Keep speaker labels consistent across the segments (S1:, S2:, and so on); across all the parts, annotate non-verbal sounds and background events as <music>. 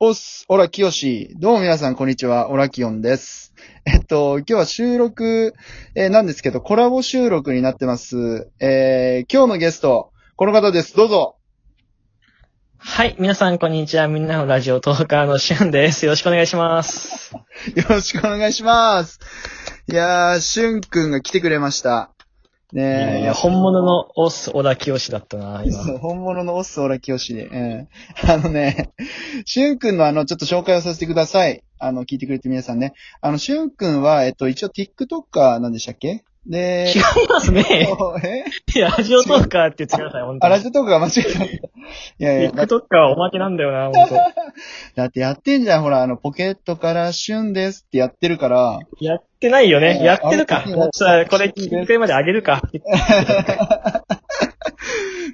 S1: おっす、オラキヨシ。どうも皆さん、こんにちは。オラキヨンです。えっと、今日は収録、えーなんですけど、コラボ収録になってます。えー今日のゲスト、この方です。どうぞ。
S2: はい、皆さんこんにちは。みんなのラジオトーカーのしゅんです。よろしくお願いします。
S1: よろしくお願いします。いやー、しゅんくんが来てくれました。
S2: いや
S1: ねえ、
S2: いや、本物のオス、小田清だったな、今。
S1: そう本物のオスオラキヨシで。うん。あのね、しゅんくんのあの、ちょっと紹介をさせてください。あの、聞いてくれてる皆さんね。あの、しゅんくんは、えっと、一応 TikToker なんでしたっけで、
S2: 違いますね。
S1: え
S2: ラジオトーカーって言ってください、本
S1: <laughs> あ、
S2: 当
S1: ラ
S2: に。
S1: ジオトークが間違えた。いやいや、だ
S2: TikTok はおまけなんだよな、本
S1: だってやってんじゃん、ほら、あの、ポケットから旬ですってやってる <laughs> から。
S2: 当。やってないよ
S1: い
S2: ね。
S1: や
S2: やってる
S1: あ
S2: か。
S1: れ
S2: もうさ、これ聞いてくれるまであげるか。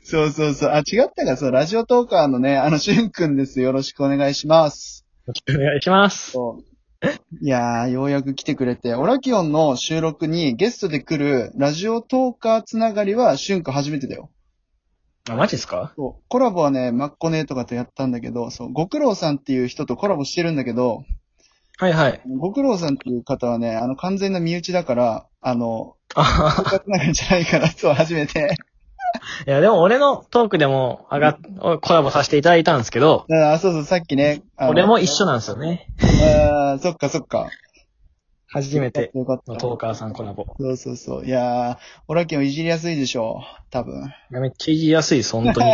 S1: そうそうそう。あ、違ったか、そう、ラジオトーカーのね、あの、しゅんくんです。よろしくお願いします。
S2: お願いします。
S1: そういやー、ようやく来てくれて、オラキオンの収録にゲストで来るラジオトーカーつながりは、しゅんくん初めてだよ。
S2: あ、マジですか
S1: そう。コラボはね、マッコネとかとやったんだけど、そう、ご苦労さんっていう人とコラボしてるんだけど、
S2: はいはい。 <laughs>
S1: ご苦労さんっていう方はね、あの、完全な身内だから、あの、
S2: あはは
S1: 部活なんかじゃないから、そう、初めて。 <laughs>
S2: いや、でも俺のトークでも上がっ、コラボさせていただいたんですけど、
S1: あ、そうそう、さっきね。あの
S2: 俺も一緒なんですよね。
S1: あーそっかそっか。
S2: 初めて
S1: よかった
S2: の。トーカーさんコラボ。
S1: そうそうそう。いやー、オラキンをいじりやすいでしょう。多分。
S2: いやめっちゃいじりやすいです、本 <laughs> 当に。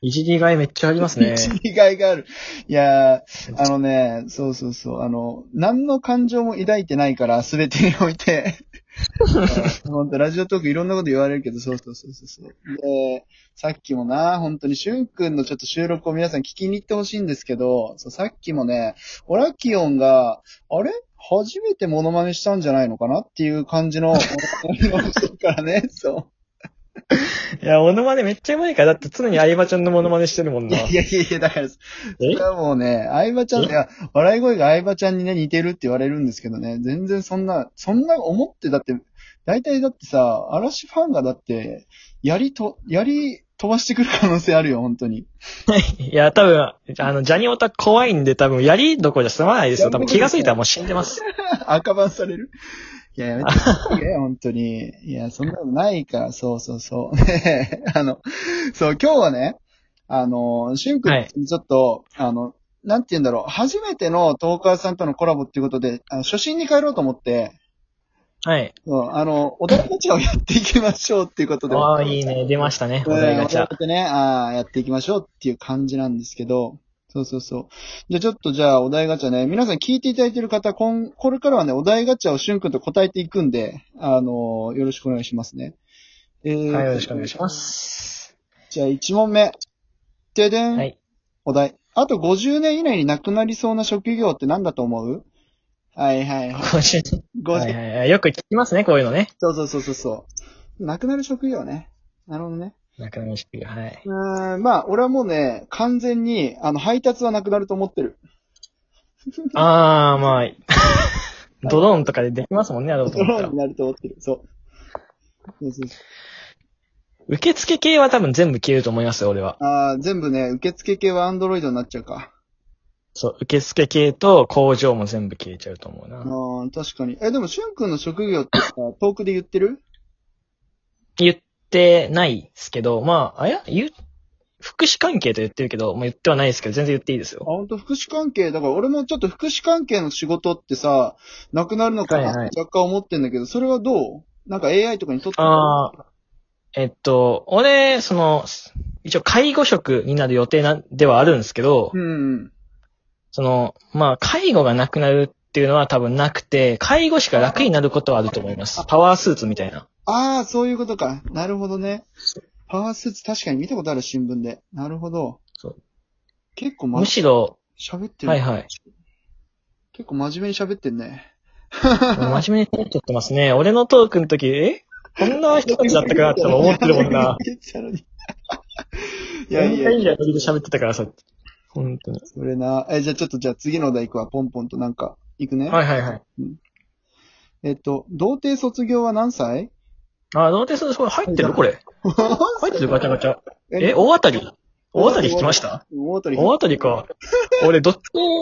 S2: いじりがいめっちゃありますね。
S1: <laughs> 違いがある。いやー、あのね、そうそうそう。あの、何の感情も抱いてないから、すべてにおいて。 <laughs> 本当ラジオトークいろんなこと言われるけど、そうそうそうそうそう。で、さっきもな、本当にしゅんくんのちょっと収録を皆さん聞きに行ってほしいんですけど、そうさっきもね、オラキオンが、あれ初めてモノマネしたんじゃないのかなっていう感
S2: <laughs>
S1: じの、モノマネをしてるからね、そう。
S2: いや、モノマネめっちゃうまいから、だって常に相葉ちゃんのモノマネしてるもん
S1: い
S2: な。
S1: やいやいやいや、だから、それはもうね、相葉ちゃん、
S2: え
S1: いや、笑い声が相葉ちゃんにね、似てるって言われるんですけどね、全然そんな、そんな思って、だって、大体だってさ、嵐ファンがだって、やりと、やり飛ばしてくる可能性あるよ、本当に。
S2: いや、多分、あの、ジャニオタ怖いんで、多分、やりどころじゃ済まないですよ。多分、気がついたらもう死んでます。
S1: <laughs> 赤番されるいや、やめ
S2: <laughs>
S1: てほしいね、本当に。いや、そんなことないから、そうそうそう。 <laughs> ねえあの、そう、今日はね、あの、しゅんく
S2: は
S1: ん
S2: い
S1: にちょっと、あの、なんて言うんだろう、初めてのトーカーさんとのコラボっていうことで、あの初心に帰ろうと思って、
S2: はい。
S1: そうあの、お題ガチャをやっていきましょうっていうことで。
S2: ああ、いいね。出まし
S1: <laughs>
S2: たね。お題ガチ
S1: え
S2: ャ
S1: ーお題。でね、ああ、やっていきましょうっていう感じなんですけど、そうそうそう。じゃあちょっとじゃあお題ガチャね、皆さん聞いていただいている方、こん、これからはね、お題ガチャをしゅんくんと答えていくんで、あのーよろしくお願いしますね。えー
S2: はい、よろしくお願いしま。す。
S1: じゃあ1問目。ででん。
S2: はい。
S1: お題。あと50年以内になくなりそうな職業って何だと思うはいはいはい。
S2: 今週の
S1: 50
S2: はいはいはい。よく聞きますね、こういうのね。
S1: そうそうそうそうそう。なくなる職業ね。なるほどね。
S2: なくなりましたけどはい。
S1: うーん、まあ、俺はもうね、完全に、あの、配達はなくなると思ってる。
S2: あー、まあ、ドローンとかでできますもんね、あれ
S1: ド
S2: と思っ
S1: ロ
S2: た
S1: ーン
S2: ら
S1: に。なると思ってる。そう。そうそうそ
S2: 受付系は多分全部消えると思いますよ、俺は。
S1: うあー全部ね、受付系はアンドロイドになっちゃうか。
S2: そう、受付系と工場も全部消えちゃうと思う
S1: あ
S2: な。
S1: ー確かに。え、でも、しゅんくんの職業ってさ、遠くで言ってる
S2: 言ってないですけど、まあ、あや、言う、福祉関係と言ってるけど、まあ言ってはないですけど、全然言っていいです
S1: あ、
S2: よ。
S1: ほんと、福祉関係、だから俺もちょっと福祉関係の仕事ってさ、なくなるのかな
S2: はいは
S1: っ
S2: い
S1: て若干思ってんだけど、それはどうなんか AI とかにとって
S2: ああ、えっと、俺、その、一応介護職になる予定なんではあるんですけど、
S1: うんうん。
S2: その、まあ、介護がなくなるっていうのは多分なくて、介護士が楽になることはあると思います。パワースーツみたいな。
S1: ああ、そういうことか。なるほどね。パワースーツ確かに見たことある新聞で。なるほど。
S2: そう
S1: 結構ま
S2: む、しろ、
S1: 喋ってる。
S2: はいはい。
S1: 結構真面目に喋ってんね。
S2: 真面目に撮ってますね。俺のトークの時、えこんな人たちだったかなって多分思ってるもんな。
S1: 言ってたのに。い
S2: い
S1: や <laughs> いや、
S2: いや、ノリで喋ってたからさ。本当に。
S1: それな。え、じゃあちょっとじゃあ次のお題行くわ。ポンポンとなんか、行くね。
S2: はいはいはい。
S1: えっと、童貞卒業は何歳
S2: あ、どうですこれ入ってるこれ。入ってるガチャガチャ。え、大当たり大当たり聞きました
S1: 大鳥。
S2: 大当たりか。俺、どっち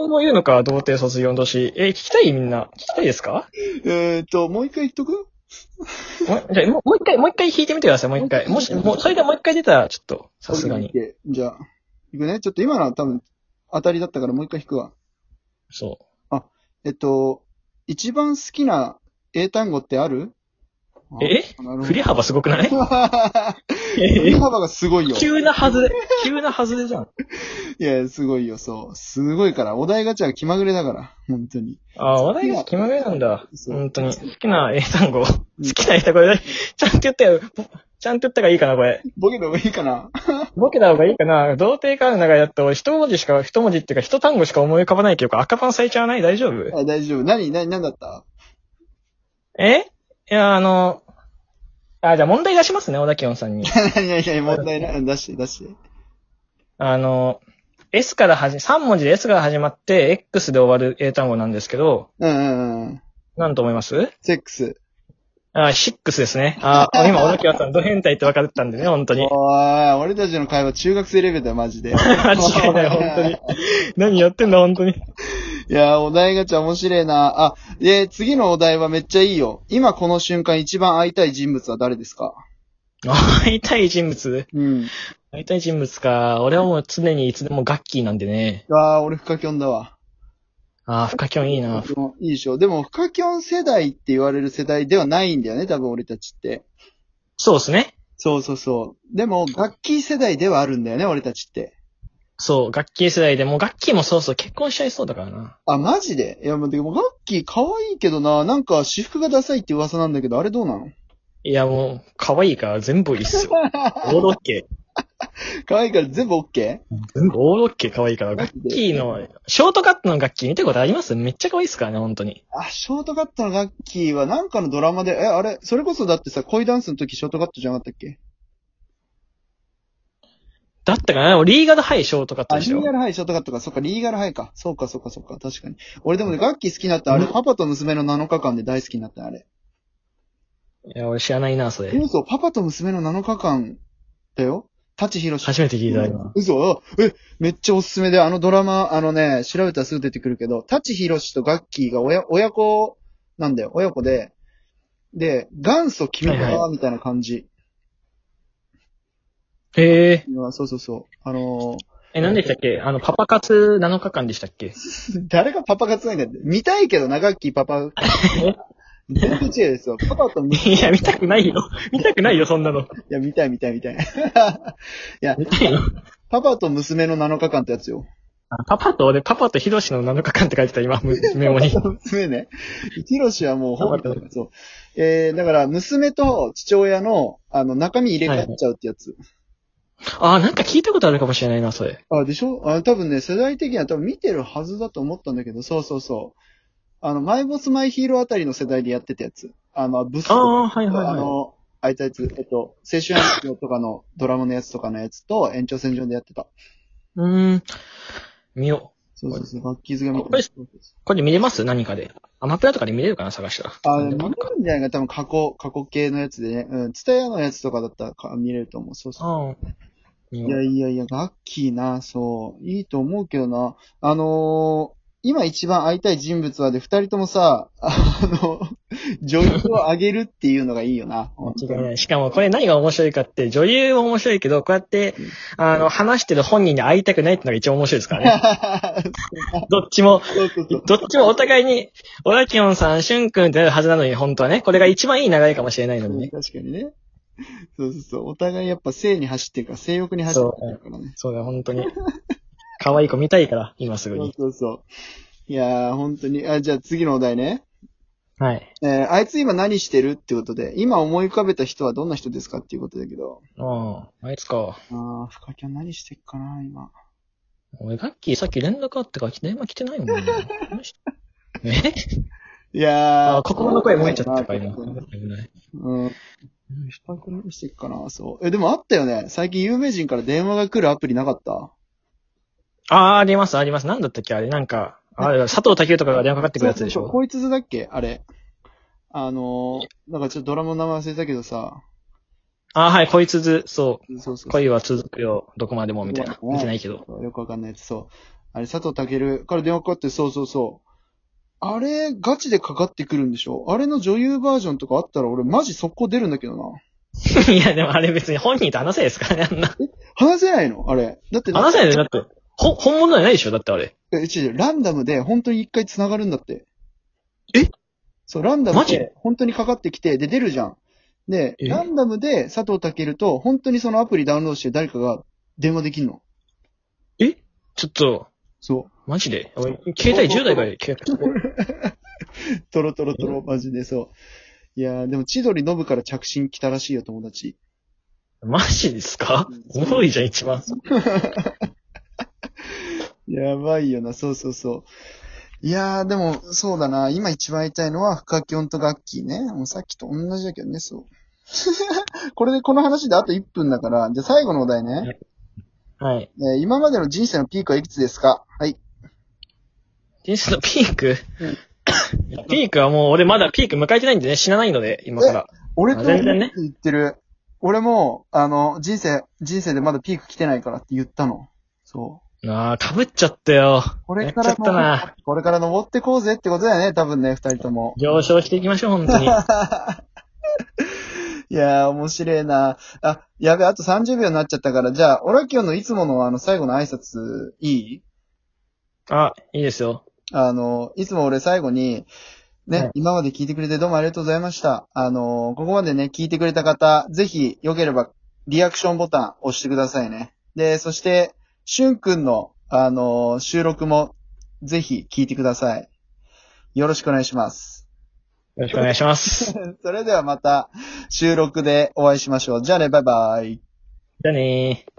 S2: も言うのか、童貞卒業のしえ、聞きたいみんな。聞きたいですか
S1: えーっと、もう一回言っとく
S2: もうじゃあもうもう一回、もう一回弾いてみてください、もう一回。もし、もう、それでもう一回出たら、ちょっと、さすがに。。
S1: じゃあ、いくね。ちょっと今のは多分、当たりだったからもう一回弾くわ。
S2: そ
S1: えっと、一番好きな英単語ってあるあ
S2: え
S1: な
S2: う。
S1: るほ
S2: 振
S1: <laughs>
S2: り幅すごく <laughs> ない
S1: ど。振り幅がすごいよ。
S2: 急なはず
S1: <laughs>
S2: れ、急なはずれじゃん。
S1: いや、すごいよ、そう。すごいから。お題ガチャが気まぐれだから。本当に。
S2: ああ、話題が気まぐれなんだ。
S1: そう
S2: 本当に。好きな英単語。好きな英単語で、ちゃんと言ったよ。ちゃんと言った方がいいかな、これ。
S1: ボケの方がいいかな
S2: ボケた方がいいかな。童貞からの中だと、俺一文字しか、一文字っていうか、一単語しか思い浮かばないけど、赤パン咲いちゃわない大丈夫
S1: あ大丈夫。何何何だった
S2: えいや、あの、あ、じゃあ問題出しますね、小田清さんに。
S1: 何何何問題ない。出して、出して。
S2: あの、S から始め、3文字で S から始まって、X で終わる英単語なんですけど、
S1: うんうんうん。
S2: なんと思います
S1: セックス。
S2: あ、6ですね。あ、今、小田清さん、ド変態って分かったんでね、本当
S1: お
S2: に。
S1: ーい、俺たちの会話中学生レベルだよ、マジで。
S2: 間違いない、本当に。何やってんだ、本当に。
S1: いやー、お題ガチャ面白いな。あ、で、次のお題はめっちゃいいよ。今この瞬間一番会いたい人物は誰ですか
S2: 会いたい人物
S1: うん。
S2: 会いたい人物か。俺はもう常にいつでもガッキーなんでね。
S1: あー、俺、深きょんだわ。
S2: ああ、深きょんいいな。
S1: いいでしょ。でも、深きょん世代って言われる世代ではないんだよね、多分俺たちって。
S2: そうですね。
S1: そうそうそう。でも、楽器世代ではあるんだよね、俺たちって。
S2: そう、ガッキー世代で、もうガッキーもそうそう、結婚しちゃいそうだからな。
S1: あ、マジでいや、ま、でも、楽器可愛いけどな、なんか、私服がダサいって噂なんだけど、あれどうなの
S2: いや、もう、可愛いから全部いい
S1: <laughs>
S2: っすよ。オールオッケー。
S1: 可愛いから全部 OK?
S2: 全部オールオッケー可愛いから。ガッキーの、ショートカットのガッキー見たことありますめっちゃ可愛いっすからね、本当に。
S1: あ、ショートカットの楽器はなんかのドラマで、え、あれ、それこそだってさ、恋ダンスの時ショートカットじゃなかったっけ
S2: だったかなリーガルハイショートカット
S1: あ、
S2: で
S1: リ
S2: しょ
S1: ーガ。ルハイショートカットか、そっか、リーガルハイか。そうか、そうか、そうか、確かに。俺でもね、楽器好きになったあれ、
S2: うん
S1: パパと娘の7日間で大好きになったあれ。
S2: いや、俺知らないな、それ。
S1: そうそう、パパと娘の7日間だよ。舘ひろし
S2: 初めて聞いた、今。
S1: 嘘え、めっちゃおすすめで、あのドラマ、あのね、調べたらすぐ出てくるけど、舘ひろしとガッキーが親、親子なんだよ、親子で。で、元祖君の
S2: はい
S1: 名はみたいな感じ。
S2: へえ。
S1: うわそうそうそう。あの
S2: え、何でしたっけあの、パパ活7日間でしたっけ
S1: ー、誰がパパが強いんだって。見たいけどな、ガッキーパパ。全然違うですよ。パパと娘、い
S2: <laughs> いや、見たくないよ。見たくないよ、そんなの。
S1: や、見たい見たい見たい。い <laughs> や、
S2: 見たいの。
S1: パパと娘の7日間ってやつよ。
S2: <laughs> あパパと俺、パパとヒロシの7日間って書いてた、今、むメモに。
S1: 娘ね。ヒロシはもう
S2: わ
S1: 本
S2: かった
S1: 当そう。えー、だから、娘と父親の、あの、中身入れ替わっちゃうってやつ。
S2: あ、なんか聞いたことあるかもしれないな、それ。
S1: あ、でしょあ多分ね、世代的には多分見てるはずだと思ったんだけど、そうそうそう。あの、マイボスマイヒーローあたりの世代でやってたやつ。あの、ブスと
S2: あ
S1: か、
S2: あ、はいはい
S1: あ
S2: は
S1: の、あいたやつ、えっと、青春愛情とかのドラマのやつとかのやつと延長線上でやってた。
S2: い。うーん。見よ
S1: そうそうそう、楽器図が見て
S2: これ
S1: た。
S2: う。これ見れます何かで。アマプラとかで見れるかな探したら。
S1: あ、見れるんじゃないかな多分過去、過去系のやつでね。うん、ツタヤのやつとかだったらか見れると思う。そうそう。
S2: ああ。見
S1: いや
S2: よう。
S1: いやいや、ガッキーな、そう。いいと思うけどな。あのー今一番会いたい人物はで、二人ともさ、あ
S2: <laughs>
S1: の、女優をあげるっていうのがいいよな。
S2: 間違いない。しかも、これ何が面白いかって、女優も面白いけど、こうやって、あの、話してる本人に会いたくないってのが一番面白いで
S1: <laughs>
S2: すからね。どっちも、
S1: そう <laughs> そうそう。
S2: どっちもお互いに、オラキオンさん、シュン君ってなるはずなのに、本当はね、これが一番いい流れかもしれないのにね。
S1: 確かにね。そうそうそう。お互いやっぱ性に走ってるから、性欲に走ってるからね。
S2: そうだよ、本当に。可愛い子見たいから、今すぐ
S1: そう
S2: に。
S1: そうそう。いやー、本当に。あ、じゃあ次のお題ね。
S2: はい。
S1: えーあいつ今何してるってことで、今思い浮かべた人はどんな人ですかっていうことだけど。
S2: ああ、あいつか。
S1: ああ、深きは何してっかな、今。
S2: 俺、ガッキーさっき連絡あってから電話来てないもん、ね。え
S1: いや
S2: あ
S1: ー、
S2: 心の声燃えちゃったか、今。
S1: う
S2: 危
S1: ん。
S2: ない。
S1: 深く何してっかな、そう。え、でもあったよね。最近有名人から電話が来るアプリなかった
S2: ああ、あります、あります。なんだったっけあれ、なんか、あれ、佐藤健とかが電話かかってくるやつでし
S1: そうそうそう
S2: ょ。
S1: こいつだっけあれ。あのー、なんかちょっとドラマの名前忘れたけどさ、
S2: あ、はい、こいつず、そ、
S1: そうそううそう。
S2: 恋は続くよ、どこまでも、みたいな。
S1: ね
S2: 見てないけど。 <laughs>
S1: よくわかんないやつ、そう。あれ、佐藤健から電話かかって、そうそうそう。あれ、ガチでかかってくるんでしょあれの女優バージョンとかあったら俺マジ速攻出るんだけどな。
S2: いや、でもあれ別に本人と話せないですからね、あんな。
S1: 話せないのあれ。だって、
S2: 話せないで、だって。ほ、本物じゃないでしょだってあれ。
S1: え、違う違うランダムで本当に一回繋がるんだって。
S2: え
S1: そう、ランダム
S2: マジ
S1: で本当にかかってきて、で、出るじゃん。で、
S2: え
S1: ランダムで佐藤健と本当にそのアプリダウンロードして誰かが電話できるの。
S2: ちょっと、
S1: そ
S2: マジで。俺、携帯10台ぐらい契約してる
S1: う。トロトロトロ、マジでそう。いやー、でも千鳥ノブから着信来たらしいよ、友達。
S2: マジですかおもろいじゃん、一番。
S1: やばいよな、そうそうそう。いやー、でも、そうだな、今一番言いたいのは、深き音と楽器ね。もうさっきと同じだけどね、そう。 <laughs> これで、この話であと1分だから、じゃあ最後のお題ね。
S2: はい。
S1: えー今までの人生のピークはいくつですかはい。
S2: 人生のピーク
S1: うん
S2: いや <laughs> ピークはもう、俺まだピーク迎えてないんでね、死なないので、今から。
S1: 俺と
S2: あ全然ね
S1: 言ってる。俺も、あの、人生、人生でまだピーク来てないからって言ったの。そ
S2: ああ、被っちゃったよ。
S1: う。これ
S2: やっ
S1: か
S2: ちゃ
S1: ら
S2: ったな。
S1: これから登ってこうぜってことだよね、多分ね、二人とも。
S2: 上昇していきましょう、
S1: <laughs>
S2: 本当に。
S1: いやー、面白いな。あ、やべ、あと30秒になっちゃったから、じゃあ、オラキオのいつものあの、最後の挨拶、いい
S2: あ、いいですよ。
S1: あの、いつも俺最後に、ね、
S2: はい
S1: 今まで聞いてくれてどうもありがとうございました。あの、ここまでね、聞いてくれた方、ぜひ、よければ、リアクションボタン押してくださいね。で、そして、しゅんくんの、あの、収録も、ぜひ、聞いてください。よろしくお願いします。
S2: よろしくお願い
S1: <laughs>
S2: します。
S1: それではまた、収録でお会いしましょう。じゃあね、バイバイ。
S2: じゃあねー。